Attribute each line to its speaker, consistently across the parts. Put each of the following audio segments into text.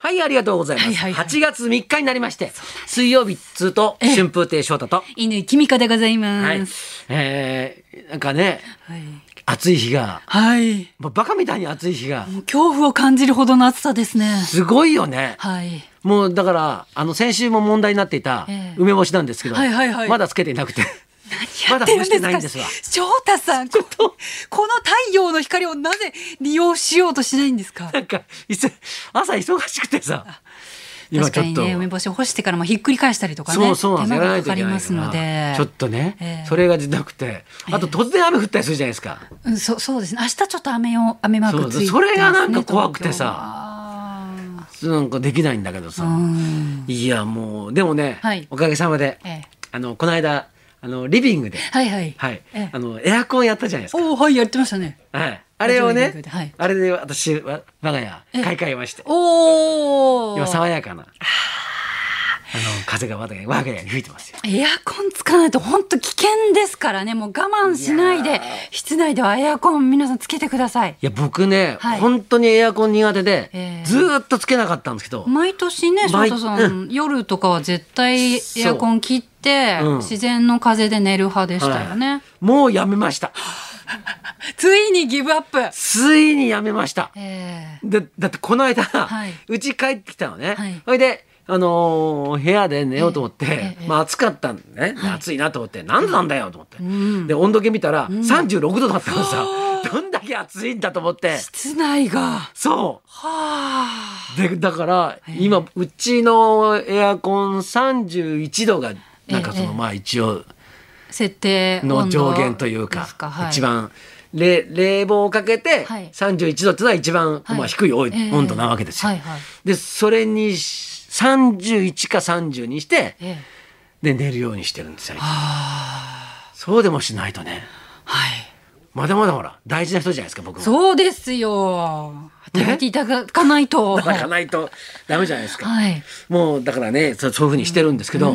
Speaker 1: はい、ありがとうございます。
Speaker 2: はいはいはい
Speaker 1: 8月3日になりまして、水曜日っつうと、春風亭昇太と、
Speaker 2: 犬キミカでござい
Speaker 1: は
Speaker 2: ま
Speaker 1: い
Speaker 2: す。、
Speaker 1: えー、なんかね、
Speaker 2: はい。
Speaker 1: 暑い日が、
Speaker 2: はい。
Speaker 1: もうバカみたいに暑い日が、
Speaker 2: もう恐怖を感じるほどの暑さですね。
Speaker 1: すごいよね。
Speaker 2: はい。
Speaker 1: もうだから、あの、先週も問題になっていた
Speaker 2: ええ
Speaker 1: 梅干しなんですけど、
Speaker 2: はいはいはい
Speaker 1: まだつけていなくて。 まだ
Speaker 2: や
Speaker 1: 干
Speaker 2: っ
Speaker 1: してて
Speaker 2: る
Speaker 1: ないんですわ。
Speaker 2: 翔太さん、このこの太陽の光をなぜ利用しようとしないんですか。
Speaker 1: なんか、いつ朝忙しくてさ、
Speaker 2: 確かにね、梅干しを干してからもひっくり返したりとかね、
Speaker 1: そうそうなんですやら
Speaker 2: 手間
Speaker 1: な
Speaker 2: が
Speaker 1: い
Speaker 2: か
Speaker 1: とい
Speaker 2: か
Speaker 1: け
Speaker 2: り
Speaker 1: な
Speaker 2: ま
Speaker 1: い
Speaker 2: す
Speaker 1: か
Speaker 2: ので
Speaker 1: ら、ちょっとね
Speaker 2: え、え
Speaker 1: それがなくて、あと突然雨降ったりするじゃないですか。
Speaker 2: うん、そそうですね。明日ちょっと雨を雨マークついてますね。
Speaker 1: そうそれがなんか怖くてさ
Speaker 2: 東京は
Speaker 1: なんかできないんだけど
Speaker 2: う
Speaker 1: さ。
Speaker 2: ん
Speaker 1: いや、もう、でもね
Speaker 2: はい、
Speaker 1: おかげさまで、
Speaker 2: ええ
Speaker 1: あの、この間、あの、リビングで、
Speaker 2: はいはい。
Speaker 1: はい
Speaker 2: ええ、
Speaker 1: あの、エアコンやったじゃないですか。
Speaker 2: おおはいやってましたね。
Speaker 1: はい。あれを
Speaker 2: リビング
Speaker 1: ね
Speaker 2: ではい、
Speaker 1: あれで私は、我が
Speaker 2: え
Speaker 1: 家、
Speaker 2: え
Speaker 1: 買い替えまして、
Speaker 2: おお。
Speaker 1: 今、爽やかな、あの、風が我が家我が家に吹いてますよ。
Speaker 2: エアコンつかないと本当危険ですからね。もう我慢しない
Speaker 1: い
Speaker 2: で
Speaker 1: やー、
Speaker 2: 室内ではエアコン皆さんつけてください。
Speaker 1: いや、僕ね、
Speaker 2: はい
Speaker 1: 本当にエアコン苦手で、
Speaker 2: ええ
Speaker 1: ずーっとつけなかったんですけど、
Speaker 2: 毎年ね、翔
Speaker 1: 毎
Speaker 2: 太さん、夜とかは絶対エアコン切って、
Speaker 1: そううん
Speaker 2: 自然の風で寝る派でしたよね。
Speaker 1: もうやめました。
Speaker 2: ついにギブアップ。
Speaker 1: ついにやめました。
Speaker 2: え
Speaker 1: でだってこの間、
Speaker 2: いう
Speaker 1: ち帰ってきたのね、
Speaker 2: はい
Speaker 1: それで、あのー部屋で寝ようと思って、
Speaker 2: ええ
Speaker 1: まあ、暑かったんでね、暑いなと思ってなんでなんだよと思って、
Speaker 2: ん
Speaker 1: で温度計見たら36度だったからさ、 どんだけ暑いんだと思って
Speaker 2: え室内が。は
Speaker 1: そ
Speaker 2: あ。
Speaker 1: うでだから今うちのエアコン31度がなんかその、
Speaker 2: ええ
Speaker 1: まあ一応
Speaker 2: 設定温
Speaker 1: の
Speaker 2: 度
Speaker 1: 上限というか
Speaker 2: ですか、はい
Speaker 1: 一番冷冷房をかけて
Speaker 2: はい
Speaker 1: 31度っていうのは一番、
Speaker 2: はい
Speaker 1: まあ、低い温
Speaker 2: ええ
Speaker 1: 温度なわけですよ。
Speaker 2: はいはい
Speaker 1: でそれにし31か30にして
Speaker 2: ええ
Speaker 1: で寝るようにしてるんですよ。そうでもしないとね
Speaker 2: はい。
Speaker 1: まだまだほら大事な人じゃないですか僕も。
Speaker 2: そうですよ。働いていただかないと。
Speaker 1: だからないとダメじゃないですか。
Speaker 2: はい。
Speaker 1: もうだからねそうそういうふうにしてるんですけど、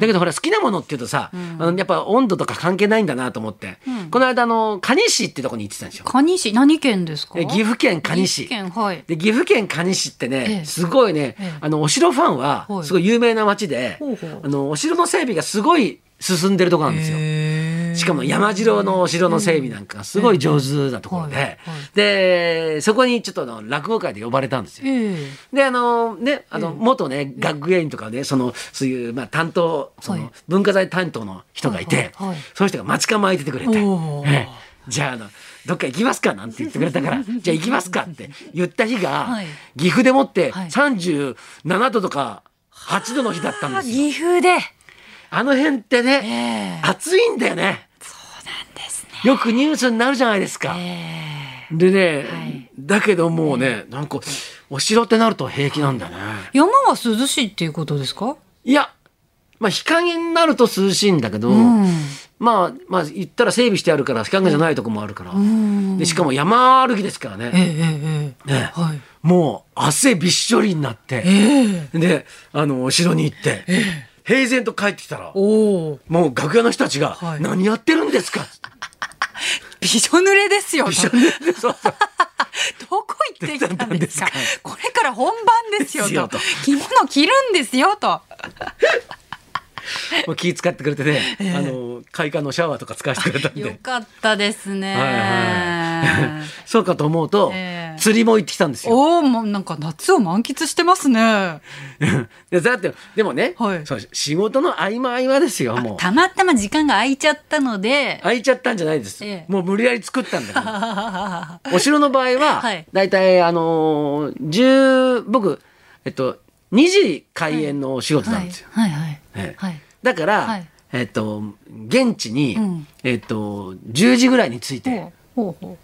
Speaker 1: だけどほら好きなものっていうとさ、あのやっぱ温度とか関係ないんだなと思って、この間あの蟹市ってとこに行ってたんですよ。
Speaker 2: 蟹市何県ですか？
Speaker 1: え岐阜県蟹市
Speaker 2: 岐阜県はい。
Speaker 1: で岐阜県蟹市ってね、
Speaker 2: ええ
Speaker 1: すごいね、
Speaker 2: ええ
Speaker 1: あのお城ファンは
Speaker 2: はい
Speaker 1: すごい有名な町で、
Speaker 2: ほうほう
Speaker 1: あのお城の整備がすごい進んでるとこなんですよ。しかも山城のお城の整備なんかがすごい上手なところで、
Speaker 2: ええはい
Speaker 1: でそこにちょっとあの落語会で呼ばれたんですよ。
Speaker 2: ええ
Speaker 1: であのねあの元ね学芸員とかねそのそういうまあ担当そ
Speaker 2: は
Speaker 1: の
Speaker 2: い
Speaker 1: 文化財担当の人がいて、
Speaker 2: はいはいはい
Speaker 1: その人が待ち構えててくれて、
Speaker 2: おー
Speaker 1: ええじゃああのどっか行きますかなんて言ってくれたから じゃあ行きますかって言った日が、
Speaker 2: はい
Speaker 1: 岐阜でもって
Speaker 2: はい
Speaker 1: 37度とか8度の日だったんですよ。
Speaker 2: 岐阜で。
Speaker 1: あの辺って
Speaker 2: え
Speaker 1: ね
Speaker 2: え
Speaker 1: 暑いんだよね。
Speaker 2: そうなんですね。
Speaker 1: よくニュースになるじゃないですか。
Speaker 2: ええ
Speaker 1: でね、
Speaker 2: はい
Speaker 1: だけどもうねなんかお城ってなると平気なんだね。
Speaker 2: 山は涼しいっていうことですか？
Speaker 1: いや、まあ、日陰になると涼しいんだけど、
Speaker 2: うん。
Speaker 1: まあ、まあ、言ったら整備してあるから、日陰じゃないとこもあるから。
Speaker 2: うん。
Speaker 1: でしかも山歩きですから
Speaker 2: え
Speaker 1: ね。
Speaker 2: えええええ
Speaker 1: ね
Speaker 2: はい。
Speaker 1: もう、汗びっしょりになって、
Speaker 2: ええ
Speaker 1: で、あの、お城に行って、平然と帰ってきたら、
Speaker 2: おお。
Speaker 1: もう楽屋の人たちが、
Speaker 2: はい
Speaker 1: 何やってるんですか
Speaker 2: びしょ濡れですよ。
Speaker 1: びしょ りで、そうそう
Speaker 2: どこ行ってきたんですか
Speaker 1: どこ行ったんです。
Speaker 2: これから本番ですよ
Speaker 1: ですよ
Speaker 2: と
Speaker 1: と。
Speaker 2: 着物着るんですよと。
Speaker 1: もう気使ってくれてね、あの、快感のシャワーとか使わせてくれたん
Speaker 2: よ
Speaker 1: で。
Speaker 2: かったですね。
Speaker 1: はいはい。 そうかと思うと、
Speaker 2: ええ
Speaker 1: 釣りも行ってきたんですよ。
Speaker 2: おお、もうなんか夏を満喫してますね。
Speaker 1: でだってでもね、
Speaker 2: はい
Speaker 1: そう仕事の合間合間ですよもう
Speaker 2: たまたま時間が空いちゃったので。
Speaker 1: 空いちゃったんじゃないです、
Speaker 2: ええ
Speaker 1: もう無理やり作ったんだから お城の場合は、
Speaker 2: はい
Speaker 1: だいたいあのー10僕えっと2時開演のお仕事なんですよ、
Speaker 2: はいはい
Speaker 1: ええ
Speaker 2: はい。
Speaker 1: だから、
Speaker 2: はい
Speaker 1: えっと現地に、
Speaker 2: うん
Speaker 1: えっと10時ぐらいに着いて
Speaker 2: ほうほうほ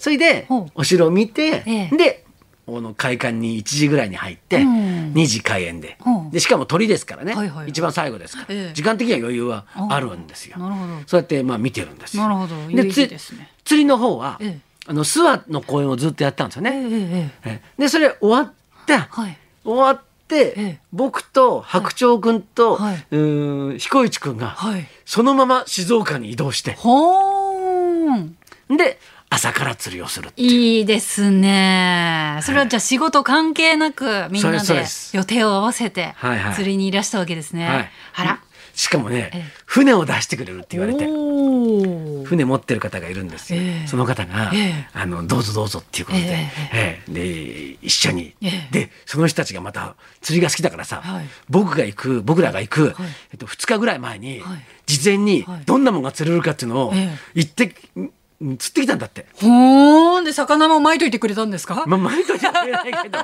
Speaker 1: それで
Speaker 2: ほう
Speaker 1: お城を見て、
Speaker 2: ええ
Speaker 1: でこの会館に1時ぐらいに入って、
Speaker 2: うん
Speaker 1: 2時開演で,、
Speaker 2: うん
Speaker 1: でしかも鳥ですからね、
Speaker 2: はいはいはい
Speaker 1: 一番最後ですから、
Speaker 2: ええ
Speaker 1: 時間的には余裕はあるんですよ
Speaker 2: う。。なるほど。
Speaker 1: そうやってまあ見てるんですよ。
Speaker 2: なるほど
Speaker 1: で
Speaker 2: 有意義
Speaker 1: つ
Speaker 2: ですね
Speaker 1: 釣りの方は、
Speaker 2: ええ
Speaker 1: あの諏訪の公演をずっとやってたんですよ
Speaker 2: ええ
Speaker 1: ね。
Speaker 2: ええええ
Speaker 1: ええでそれ終わった、
Speaker 2: はい。
Speaker 1: 終わって、
Speaker 2: え
Speaker 1: 僕と白鳥くんと、
Speaker 2: はいはいう
Speaker 1: ーん彦一くんが、
Speaker 2: はい。
Speaker 1: そのまま静岡に移動して
Speaker 2: ほーん。
Speaker 1: で朝から釣りをするっていう。
Speaker 2: いいですね。それはじゃあ仕事関係なく、みんな
Speaker 1: そう
Speaker 2: で
Speaker 1: ですそうです
Speaker 2: 予定を合わせて
Speaker 1: はいはい
Speaker 2: 釣りにいらしたわけですね。
Speaker 1: はい
Speaker 2: あら。
Speaker 1: しかもね
Speaker 2: ええ、
Speaker 1: 船を出してくれるって言われて、
Speaker 2: おー
Speaker 1: 船持ってる方がいるんですよ。
Speaker 2: ええ
Speaker 1: その方が、
Speaker 2: ええ
Speaker 1: あのどうぞどうぞっていうことで、
Speaker 2: え
Speaker 1: ええで一緒に、
Speaker 2: ええ
Speaker 1: でその人たちがまた釣りが好きだからさ、
Speaker 2: はい
Speaker 1: 僕が行く僕らが行く、
Speaker 2: はい
Speaker 1: えっと2日ぐらい前に、
Speaker 2: はい
Speaker 1: 事前に
Speaker 2: はい
Speaker 1: どんなものが釣れるかっていうのを
Speaker 2: ええ
Speaker 1: 行って、ん釣ってきたんだって。
Speaker 2: ほーんで魚も巻いといてくれたんですか、
Speaker 1: まあ、毎年は言えない けど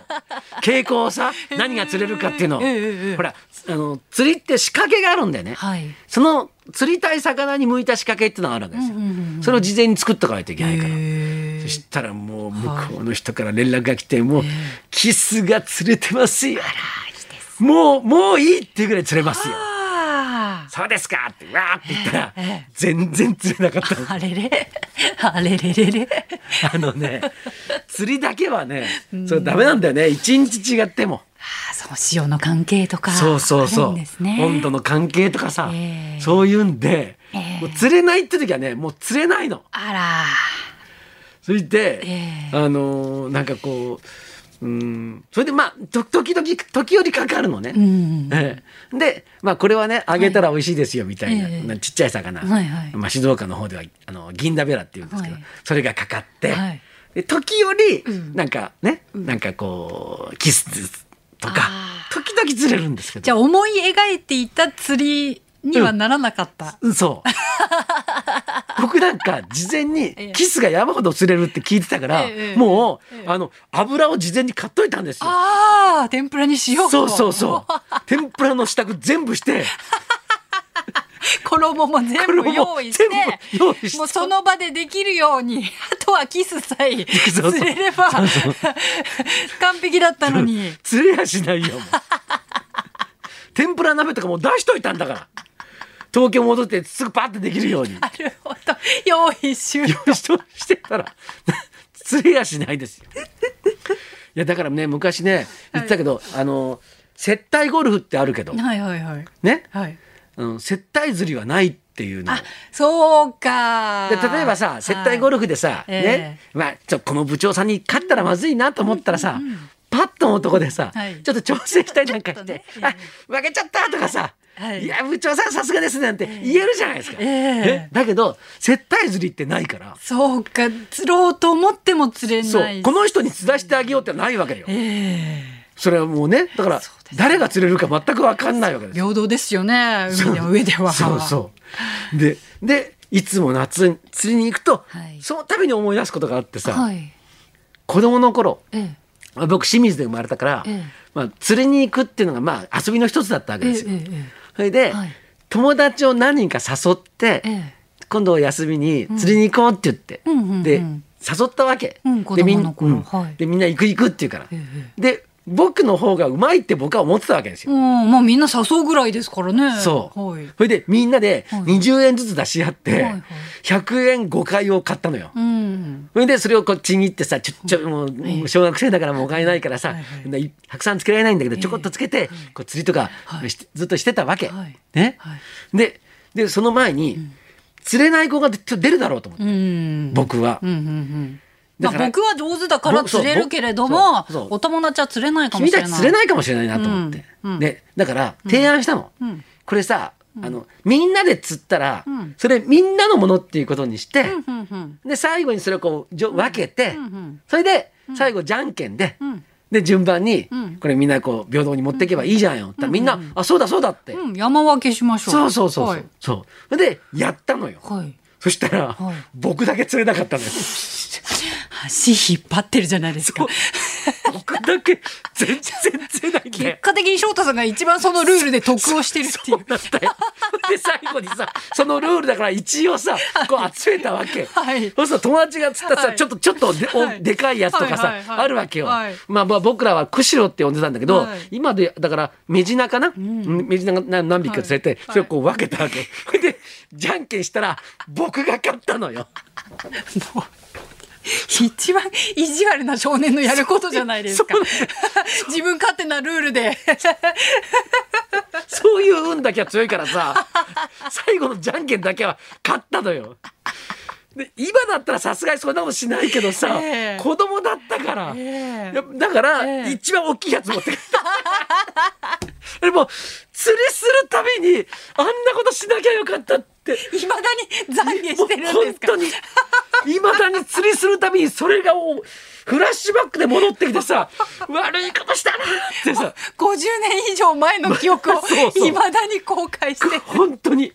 Speaker 1: 傾向をさ何が釣れるかっていうのを、
Speaker 2: ええええええ
Speaker 1: ほらあの釣りって仕掛けがあるんだよね。
Speaker 2: はい。
Speaker 1: その釣りたい魚に向いた仕掛けってのがあるわけですよ。それを事前に作っとかないといけないから。
Speaker 2: へー
Speaker 1: そしたらもう向こうの人から連絡が来て、もうキスが釣れてますよ。もう、もういいっていうぐらい釣れますよ。
Speaker 2: あ
Speaker 1: そうですかって、わーって言ったら
Speaker 2: ええええ、
Speaker 1: 全然釣れなかった の
Speaker 2: ーあれれあれれれれ。
Speaker 1: あのね、釣りだけはね、それダメなんだよね。一日違っても。
Speaker 2: あーその潮の関係とか
Speaker 1: そうそう
Speaker 2: あ
Speaker 1: そ
Speaker 2: る
Speaker 1: うん
Speaker 2: です、ね。
Speaker 1: 温度の関係とかさ、
Speaker 2: ええ
Speaker 1: そういうんで、
Speaker 2: ええ
Speaker 1: もう釣れないって時はねもう釣れないの
Speaker 2: あら。
Speaker 1: それで、
Speaker 2: ええ
Speaker 1: あのーなんかこううんそれでまあと時々時折かかるのね、
Speaker 2: うん。
Speaker 1: ええでまあこれはねあげたら美味しいですよみたいな、
Speaker 2: ええ
Speaker 1: なちっちゃい魚、
Speaker 2: はいはい
Speaker 1: まあ、静岡の方ではあの銀だべらっていうんですけど、
Speaker 2: はい
Speaker 1: それがかかって、
Speaker 2: はい
Speaker 1: で時折、
Speaker 2: ん
Speaker 1: なんかねなんかこうキスとか
Speaker 2: あ
Speaker 1: 時々釣れるんですけど
Speaker 2: じゃあ思い描いていた釣りにはならなかった。
Speaker 1: そう。僕なんか事前
Speaker 2: ええ
Speaker 1: にキスが山ほど釣れるって聞いてたから、
Speaker 2: ええええ
Speaker 1: もう、
Speaker 2: ええ
Speaker 1: あの油を事前に買っといたんですよ。
Speaker 2: ああ天ぷらにしよう
Speaker 1: そうそう そう。天ぷらの支度全部して、
Speaker 2: 衣も全部用意して
Speaker 1: 衣も全部用意して
Speaker 2: もうその場でできるように あとはキスさえ
Speaker 1: そうそう
Speaker 2: 釣れれば完璧だったのに
Speaker 1: 釣れやしない よ。もう天ぷら鍋とかもう出しといたんだから。東京戻ってすぐパッてできるように
Speaker 2: なるほど用意周到
Speaker 1: 用意しとしてたら 釣れやしないですよ。いやだからね昔ね言ってたけど、あの接待ゴルフってあるけど
Speaker 2: はいはいはい
Speaker 1: ね。
Speaker 2: はい
Speaker 1: うん、接待釣りはないっていうの。
Speaker 2: あそうか
Speaker 1: で例えばさ接待ゴ
Speaker 2: ル
Speaker 1: ルフでさ、
Speaker 2: ええ
Speaker 1: ね、まあ、ちょこの部長さんに勝ったらまずいなと思ったらさ、パッとのとこでさ、
Speaker 2: はい
Speaker 1: ちょっと調整したりなんかして「
Speaker 2: ちょっとね
Speaker 1: あ負けちゃった」とかさ「
Speaker 2: はい
Speaker 1: い、や部長さんさすがですね」なんて言えるじゃないですか。
Speaker 2: ええ
Speaker 1: ねだけど接待釣りってないから
Speaker 2: そうか釣ろうと思っても釣れ
Speaker 1: そ
Speaker 2: な
Speaker 1: う
Speaker 2: い
Speaker 1: この人に釣らしてあげようってないわけよ。
Speaker 2: え
Speaker 1: それはもうねだから
Speaker 2: そうですね
Speaker 1: 誰が釣れるか全く分かんないわけで
Speaker 2: え
Speaker 1: すよ
Speaker 2: 平等ですよね海では上では
Speaker 1: そうそう。で、で、いつも夏に釣りに行くと、
Speaker 2: はい
Speaker 1: その度に思い出すことがあってさ、
Speaker 2: はい
Speaker 1: 子供の頃、
Speaker 2: ええ
Speaker 1: まあ僕清水で生まれたから、
Speaker 2: ええ
Speaker 1: まあ釣りに行くっていうのがまあ遊びの一つだったわけ
Speaker 2: ええ
Speaker 1: ですよ。
Speaker 2: ええ
Speaker 1: それで、
Speaker 2: はい
Speaker 1: 友達を何人か誘って、
Speaker 2: ええ
Speaker 1: 今度休みに釣りに行こうって言って、
Speaker 2: うんうんうんうん
Speaker 1: で誘ったわけ、
Speaker 2: うん子
Speaker 1: でみ
Speaker 2: 供
Speaker 1: ん
Speaker 2: の頃
Speaker 1: うん
Speaker 2: はい
Speaker 1: でみんな行く行くって言うから、
Speaker 2: え
Speaker 1: で僕の方がうまいって僕は思ってたわけですよ。
Speaker 2: うん、まあみんな誘うぐらいですからね。
Speaker 1: そう。
Speaker 2: はい。
Speaker 1: それでみんなで
Speaker 2: はい
Speaker 1: 20円ずつ出し合っ
Speaker 2: はいは
Speaker 1: て
Speaker 2: い、
Speaker 1: 100円5回を買ったのよ。
Speaker 2: うん。
Speaker 1: それでそれをこうちぎってさ、ちょ、ちょ、もうもう小学生だからもうお金ないからさ、
Speaker 2: はいはい
Speaker 1: たくさんつけられないんだけど、ちょこっとつけて、こう釣りとか
Speaker 2: はい
Speaker 1: してずっとしてたわけ
Speaker 2: はい。
Speaker 1: ね
Speaker 2: はい。
Speaker 1: で、で、その前に、釣れない子が出出るだろうと思っ
Speaker 2: う
Speaker 1: て、
Speaker 2: ん。
Speaker 1: 僕は
Speaker 2: うんうんう。ん。
Speaker 1: だ
Speaker 2: まあ
Speaker 1: から
Speaker 2: 僕は上手だから
Speaker 1: 僕そう
Speaker 2: 釣れるけれども
Speaker 1: 僕そうそう、
Speaker 2: お友達は釣れないかも
Speaker 1: 君
Speaker 2: しれ
Speaker 1: た
Speaker 2: な
Speaker 1: ち
Speaker 2: い。
Speaker 1: 釣れないかもしれないなと思って
Speaker 2: うんうん。
Speaker 1: で、だから提案したの
Speaker 2: ん。
Speaker 1: これさ、あの、みんなで釣ったら
Speaker 2: ん、
Speaker 1: それみんなのものっていうことにして、
Speaker 2: うんうんうん。
Speaker 1: で最後にそれをこうじょ分けて、
Speaker 2: うんうん
Speaker 1: それで最後じゃんけんで、
Speaker 2: ん
Speaker 1: で順番に、
Speaker 2: うん
Speaker 1: これみんなこう平等に持っていけばいいじゃんよって言ったら、みんな「あそうだそうだ」って、
Speaker 2: うん、山分けしましょう。
Speaker 1: そうそうそうそう、
Speaker 2: はい。
Speaker 1: そうそれでやったのよ
Speaker 2: はい。
Speaker 1: そしたら、
Speaker 2: はい
Speaker 1: 僕だけ釣れなかったのよ
Speaker 2: 足引っ張ってるじゃないですか。
Speaker 1: 僕だけ全然釣れないんだ よ
Speaker 2: 結果的に翔太さんが一番そのルールで得をしてるってい
Speaker 1: そう
Speaker 2: う。
Speaker 1: なんだよで最後にさそのルールだから一応さこう集めたわけ、
Speaker 2: はい
Speaker 1: そうすると友達が釣ったさ、
Speaker 2: はい
Speaker 1: ちょっとちょっとで,お、
Speaker 2: はい
Speaker 1: でかいやつとかさ、
Speaker 2: はいはいはい
Speaker 1: あるわけよ、
Speaker 2: はい
Speaker 1: まあ、まあ僕らは釧路って呼んでたんだけど、
Speaker 2: はい
Speaker 1: 今でだからメジナかな、うんメジナがな何匹か釣れて、
Speaker 2: はい
Speaker 1: それをこう分けたわけ、 それでじゃんけんしたら僕が勝ったのよ
Speaker 2: もう一番意地悪な少年のやることじゃないですか
Speaker 1: そう。
Speaker 2: 自分勝手なルールで。
Speaker 1: そういう運だけは強いからさ最後のじゃんけんだけは勝ったのよで今だったらさすがにそんなことしないけどさ、
Speaker 2: ええ
Speaker 1: 子供だったから、
Speaker 2: え
Speaker 1: いやだから、
Speaker 2: ええ
Speaker 1: 一番大きいやつ持ってきた でも釣りするためにあんなことしなきゃよかったって
Speaker 2: いまだに懺悔してるんですか
Speaker 1: もう本当にいまだに釣りするたびにそれがもうフラッシュバックで戻ってきてさ悪いことしたなってさ
Speaker 2: 50年以上前の記憶を
Speaker 1: そうそう
Speaker 2: いまだに後悔して
Speaker 1: 本当に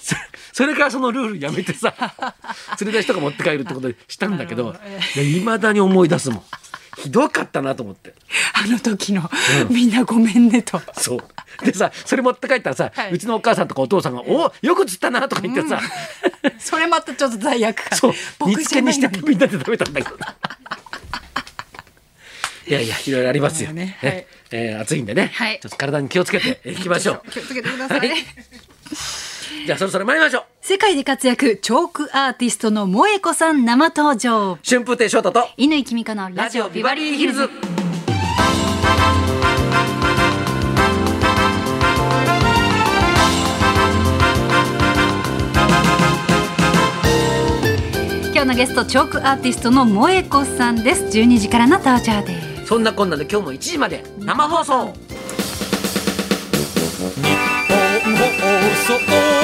Speaker 1: そそれからそのルールやめてさ釣り出しとか持って帰るってことにしたんだけど
Speaker 2: なるほどえ
Speaker 1: いまだに思い出すもんひどかったなと思って
Speaker 2: あの時の、みんなごめん ねと。
Speaker 1: そうでさそれ持って帰ったらさ、
Speaker 2: はいう
Speaker 1: ちのお母さんとかお父さんが「およく釣ったな」とか言ってさ、
Speaker 2: それまたちょっと罪悪感。
Speaker 1: そう煮付
Speaker 2: 僕じ
Speaker 1: け
Speaker 2: ゃな
Speaker 1: に
Speaker 2: い
Speaker 1: し
Speaker 2: の
Speaker 1: て
Speaker 2: に。
Speaker 1: みんなで食べたんだけどいやいやいろいろありますよ、
Speaker 2: まあね
Speaker 1: ね
Speaker 2: はい
Speaker 1: えー暑いんでね、
Speaker 2: はい
Speaker 1: ちょっと体に気をつけていきましょ
Speaker 2: 気をつけてください。
Speaker 1: はいうじゃあそろそろ参りましょう
Speaker 2: 世界で活躍、チョークアーティストの萌子さん生登場。
Speaker 1: 春風亭昇太と
Speaker 2: 犬井君香のラジオビバリーヒルズ。今日のゲスト、チョークアーティストの萌子さんです。12時からの登場です。
Speaker 1: そんなこんなで今日も1時まで生放送
Speaker 3: 日本放送